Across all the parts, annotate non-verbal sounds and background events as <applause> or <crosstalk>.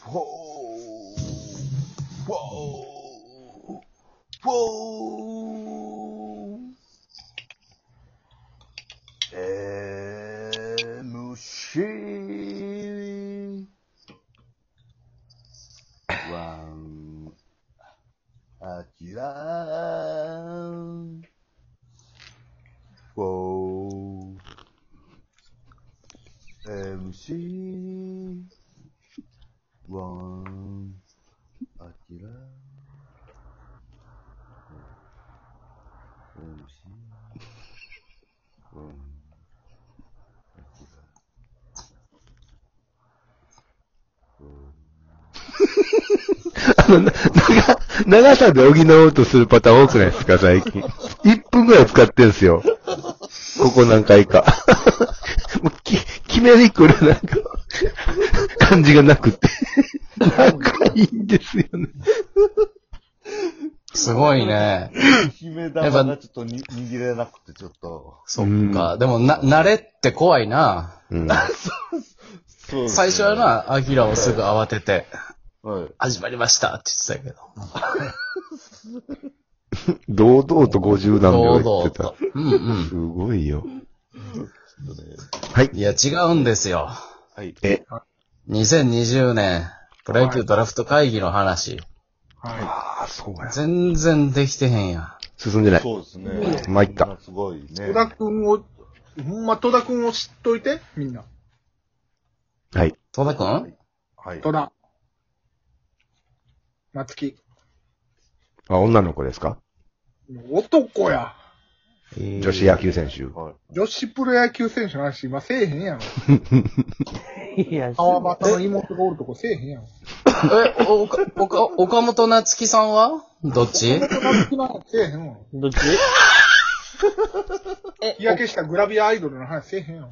ほーほーほーえー、虫ワン、アキラー、フォー、MC、ワン、アキラー、MC、ワン、アキラー。あの、な長、長さで補おうとするパターン多くないですか、最近。1分ぐらい使ってんすよ。ここ何回か。 <laughs> もうき、決めにくるなんか、感じがなくて。仲いいんですよね。すごいね。姫玉がちょっとに握れなくて、ちょっと。そっか。でもな、慣れって怖いな。うん。そう最初はな、アキラをすぐ慌てて、はい。始まりましたって言ってたけど。堂々と50何秒言堂って々たと。。うんうんす。ごいよ。いや、違うんですよ。はい。え、 2020年、プロ野球ドラフト会議の話。はああ、そうや。全然できてへんやん。進んでない。そうですね。参った。すごいい。ね戸。田くんを、ほんま戸田くんを知っといて、みんな。はい。戸田くんはい。戸田。松木。あ、女の子ですか男や。女子野球選手。はい。女子プロ野球選手の話今せえへんやろ。いや、川端の妹がおるとこせえへんやろ。え、お、おか、おか、岡本夏樹さんはどっち松木の話せえへんわ。どっち日焼けしたグラビアアイドルの話せえへんや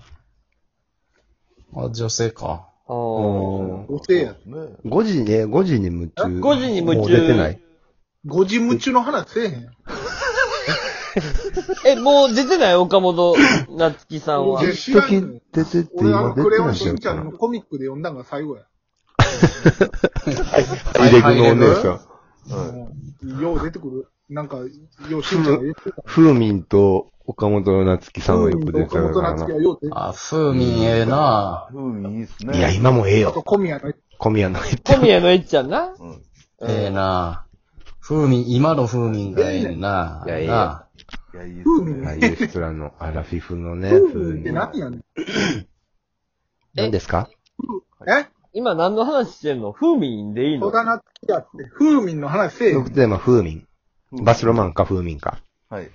ろ。あ、女性か。あーおせえや。ね。 5時ね、5時に夢中。 5時に夢中もう出てない。ご事務中の話せえへんやえ、もう出てない岡本夏樹さんろ。は。いやえ知らん時よ々出てて、俺あ今の出クてレヨまンししんちたゃんよの。コミックで読んだんが最後や。ハイレグのお姉さん。は。うんよう出てくる。なんか、ようしんちゃんが言ってた。ふうみんと岡本夏樹さんはよく出てた岡本から夏樹はな。よう出てた。あ、風味ええないうん、いいですね。いや、今もええあとよ。小宮の小宮 <laughs> の言って。小宮のえっちゃんな。うん。ええな風味、今の風味がええな。いやいやないや、いいです風味ね。ああいう人らの、あラフィフのね、ふ夫う婦っみてん。何やねん。何ですかえ今何の話してんの風民でいい戸の田夏樹やって、風民の話せえへんよく。テーマ、ふうみん。バスロマンか、ふうみんか。はい。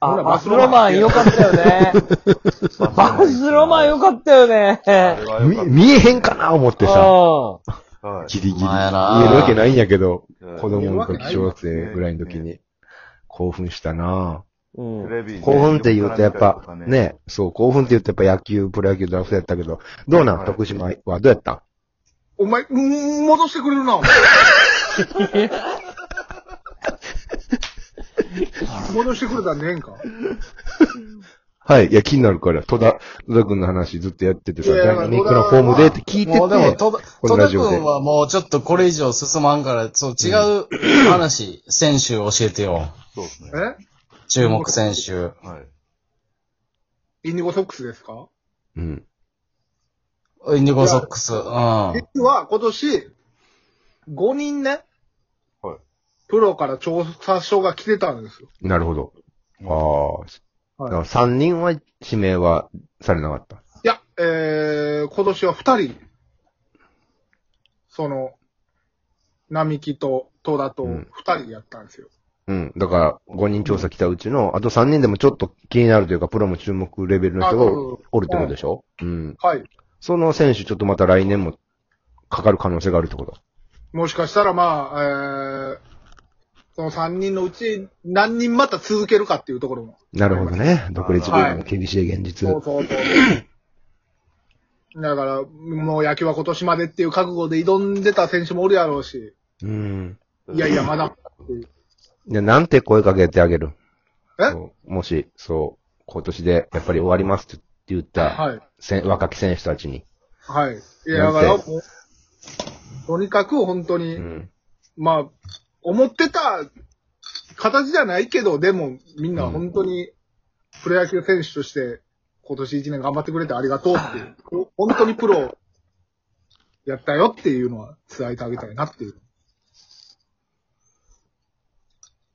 ほあ、らババススロロママンンよかったよね。バスロマンよかったよね。あれはよかみっ見えへんかな思ってさ。ああた。はい。ギリギリ。お見え前るらわけないんやけど、はい子供の時、小学生ぐらいの時に。興奮したなうんテレビね興奮って言うとやっ横ぱから、見たりとかね、そう、興奮って言うとやっぱ野球、プロ野球ドラフトやったけど、どうなんはい徳島はどうやったんお前、うん、戻してくれるな、お前戻してくれたんでええんか。はい、いや、気になるから、戸田、戸田くんの話ずっとやっててさ、いジやいやャニークのフォームでって聞いあ。てて、もうでも、戸田、この戸ラ田ジくオでんはもうちょっとこれ以上進まんから、そう、違う <clears throat> 話、選手教えてよ。そうですね。え注目選手。はい。インディゴソックスですかうん。インディゴソックス。うん。実は今年、5人ね、はいプロから調査書が来てたんですよ。なるほど。ああ、はいだから3人は指名はされなかった。いや、えー、今年は2人、その、並木と戸田とうん2人やったんですよ。うん。だから、5人調査来たうちの、あと3人でもちょっと気になるというか、プロも注目レベルの人あそうそうがそうおるってことでしょうん。はい。その選手、ちょっとまた来年もかかる可能性があるってこともしかしたらまあ、えー、その3人のうち何人また続けるかっていうところも。なるほどね。独立リーグの厳しい現実。そうそうそう。だから、もう野球は今年までっていう覚悟で挑んでた選手もおるやろうし、うん。いやいや、まだ。じゃあなんて声かけてあげるえそうもし、そう、今年でやっぱり終わりますって言った、はい。せん若き選手たちに。はい。いや、なだんかてらもう、とにかく本当に、うん。まあ、思ってた形じゃないけど、でもみんな本当にプロ野球選手として今年一年頑張ってくれてありがとうっていう、本当にプロやったよっていうのは伝えてあげたいなっていう。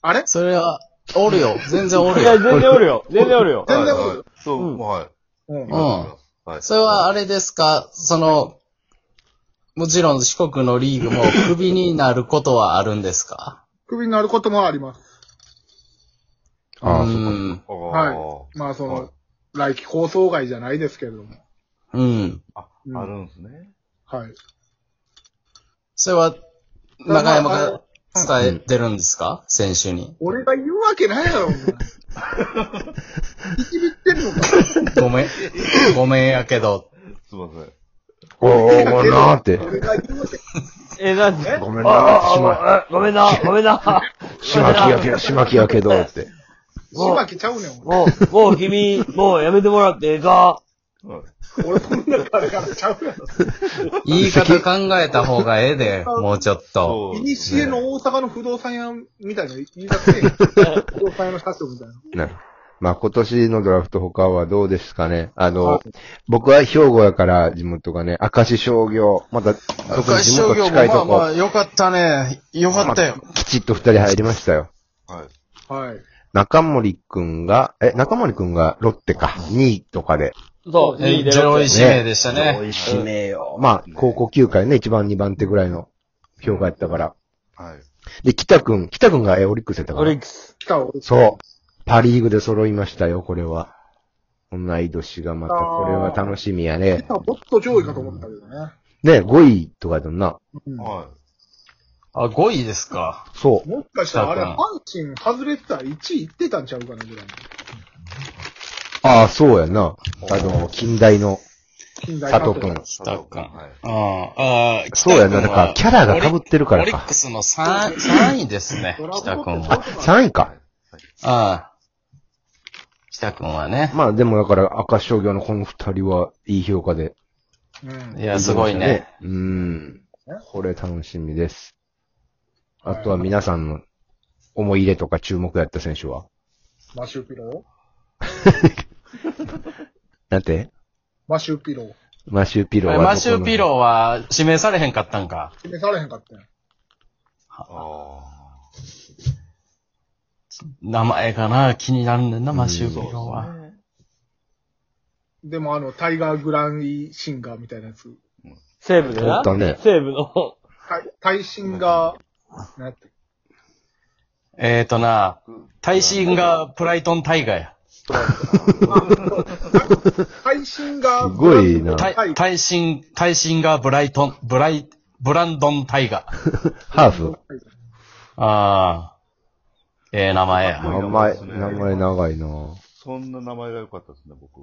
あれそれは、お <laughs> るよ。全然おるいや、よ。全然おる <laughs> よ。全然おるよ。全然はいはいそう、うんはい。うん。んはい。それはあれですかその、もちろん四国のリーグもクビになることはあるんですかクビになることもあります。ああ、そうっか。ん。あーはまあそはいの、来季放送外じゃないですけれども。うん。あ、うんあるんですね。はい。それは、中山がれ伝えてるんですか選手に。俺が言うわけないやろ、お前。いじめってんのか。ごめん。ごめんやけど。すいません。 <laughs> お <laughs> ーおー、ごめんなーって。俺が言う <laughs> わけえ、なんでごめんあなー、しま、ああごめんな、ごめんな。しまきやけど、しまきやけどって。しばきちゃうねん、お前もう、もう君、もうやめてもらってええか。はい俺そんなからからちゃうやろ。言い方考えた方がええで、もうちょっそと。ういにしえの大阪の不動産屋みたいな言い方ね。不動産屋の社長みたいな。なまあ今年のドラフト他はどうですかね。あの、僕は兵庫やから、地元がね、明石商業、また、特に地元近いとこ、良かったね。良かったよ。きちっと二人入りましたよ。はい。はい。中森くんが、え、中森くんがロッテか、2位とかで。そう、いいで上位ろ。指名でしたね。美味しめよ。まあ、高校球界ね、1番、2番手ぐらいの評価やったから。はい。で、北くん、北くんが、え、オリックスやったかオらリ。ックス。来たわ。そう。パリーグで揃いましたよ、これは。同い年がまた、これは楽しみや来ね。たもっと上位かと思ったけどね。ね、5位とかだな。うんもはあ、5位ですか。そう。しかしたらあ来れ、た阪か神外れてたら1位いってたんちゃうかなぐらいの。ああ、そうやな。あの、近代の。近佐藤君い。来たかはい。うん。ああ、そうやな。だから、キャラが被ってるからオリッかク。スの 3, 3位ですね。ドラ北ゴくンんボあ、ールは。ってことな3んだ位か。ああ。北くんはね。まあ、でもだから、赤商業のこの二人はいい評価で。うんいや、すごいね。。うん。これ楽しみです。あとは皆さんの思い入れとか注目やった選手はマシュピロなんてマシュピロマシューピローはどこのマシューピローは指名されへんかったんか。決めされへんかったよ。あ名前かな気になるんだよな、んマシューピーローは。でもあの、タイガーグランイシンガーみたいなやつ。西武で取っな。たね。西武の。タイ、タイシンガー、なんやって。えーとな、大臣がプライトンタイガーや。タイシンガー、すごいなタイ、大大臣、大臣がブライトン、ブライ、ブランドンタイガー。ハーフ。ああ。ええ名前や。名前、名前長いなそんな名前が良かったですね、僕。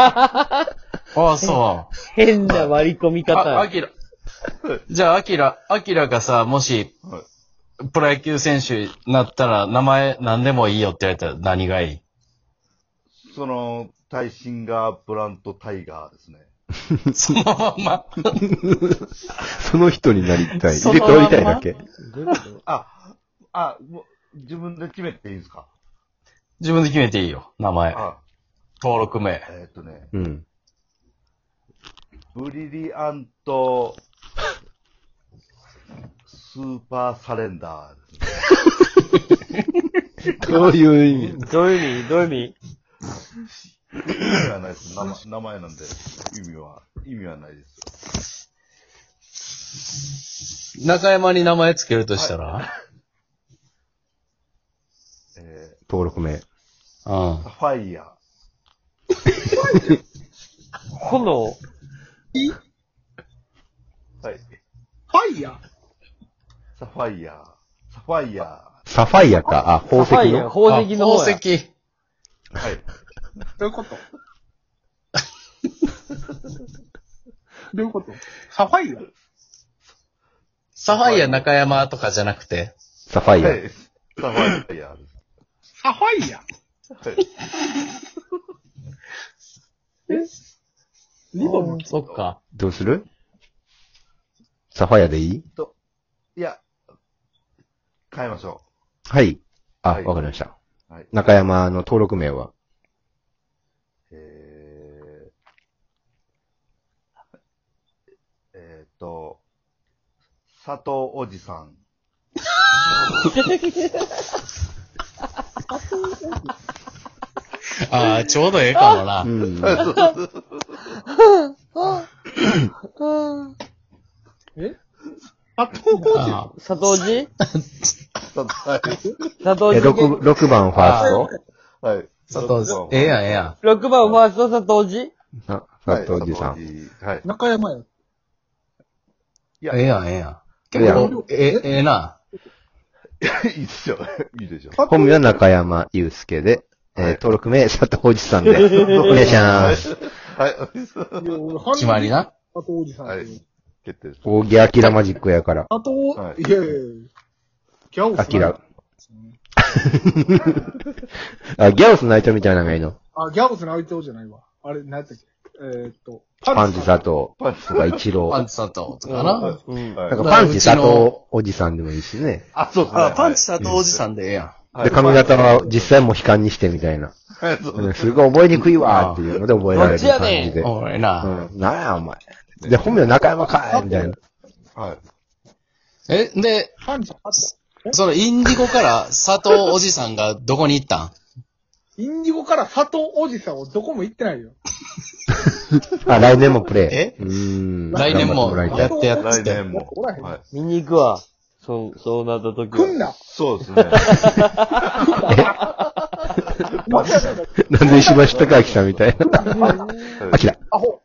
ああ、そう。変な割り込みあ、ア方。キラ。じゃあ、アキラ、アキラがさ、もし、はい。プロ野球選手になったら、名前何でもいいよって言われたら何がいい <laughs> その、タイシンガー、ブラント、タイガーですね。そのまんま。その人になりたい。そ入のれま替んまわりたいだけ。あ、あ、もう、自分で決めていいんですか自分で決めていいよ、名前。あ、登録名。えーっとね、うん。ブリリアント、スーパーサレンダーですね。どういう意味どういう意味どういう意味意味はないです。名前名前なんで、意味は、意味はないです。中山に名前つけるとしたら、え登録名。うんー、サファイア、炎はい。ファイヤーサファイア、サファイア、はサファイアか。あ、宝サファ石イアの。宝石の方や。宝石。い。どういうことどういうことサファイアサファイア中山とかじゃなくて。サファはイア。い。サファイアです。サファイアそっか。どうするサファイアでいいいや、変えましょはい。あ、わ、はいかりました。う。はい。中山の登録名はえーえーっと、佐藤おじさん。ああ、ちょうどええかもな。ん。あ、投稿時。あ佐藤寺佐藤はい佐え、藤寺。 6、六番ファーストはい。佐藤寺。ええやん、ええやん。 6番ファースト佐藤寺あ、は佐い藤おじさん。藤はい。中山や。いやええやん、ええやん。ええ結やん構、ええ、ええな。いいでしょ。いいでしょ。本名は中山祐介で、えーはい登録名、佐藤おじさんで、お願いします。はい。決まり。な。佐藤おじさん。ははいい。決定です。大木アキラマジックやから、佐は藤、いいやいやいや。ギャオス。アキラ。 <laughs> あ、ギャオスナイトみたいなのがいいの。あ、ギャオスの相手じゃないわ。あれ、何やったっけえーっと、パンチ佐藤とパンチか一郎。パンチ佐藤とかな。うん。はないんかパンチ佐藤おじさんでもいいしね。あ、そうですね。あパンチ佐藤おじさんでええやん。はいで、髪型は実際も悲観にしてみたいな。はいはいそううでんすすごい覚えにくいわーっていうので覚えられる感じで。おいな。うん。なんやお前。で、本名中山かーいみたいな。はい。え、で、パンチ佐藤。そのインディゴから佐藤おじさんがどこに行ったんインディゴから佐藤おじさんをどこも行ってないよ。あ、来年もプレイ。えうーん。来年も頑張ってらやいたいっ来てやっつって。年 <laughs> も。おらへんはい。見に行くわ。そう、そうなった時は。来んな。そうですね。まさか、なんで石橋貴明さんみたいな。はいあきら。アホ。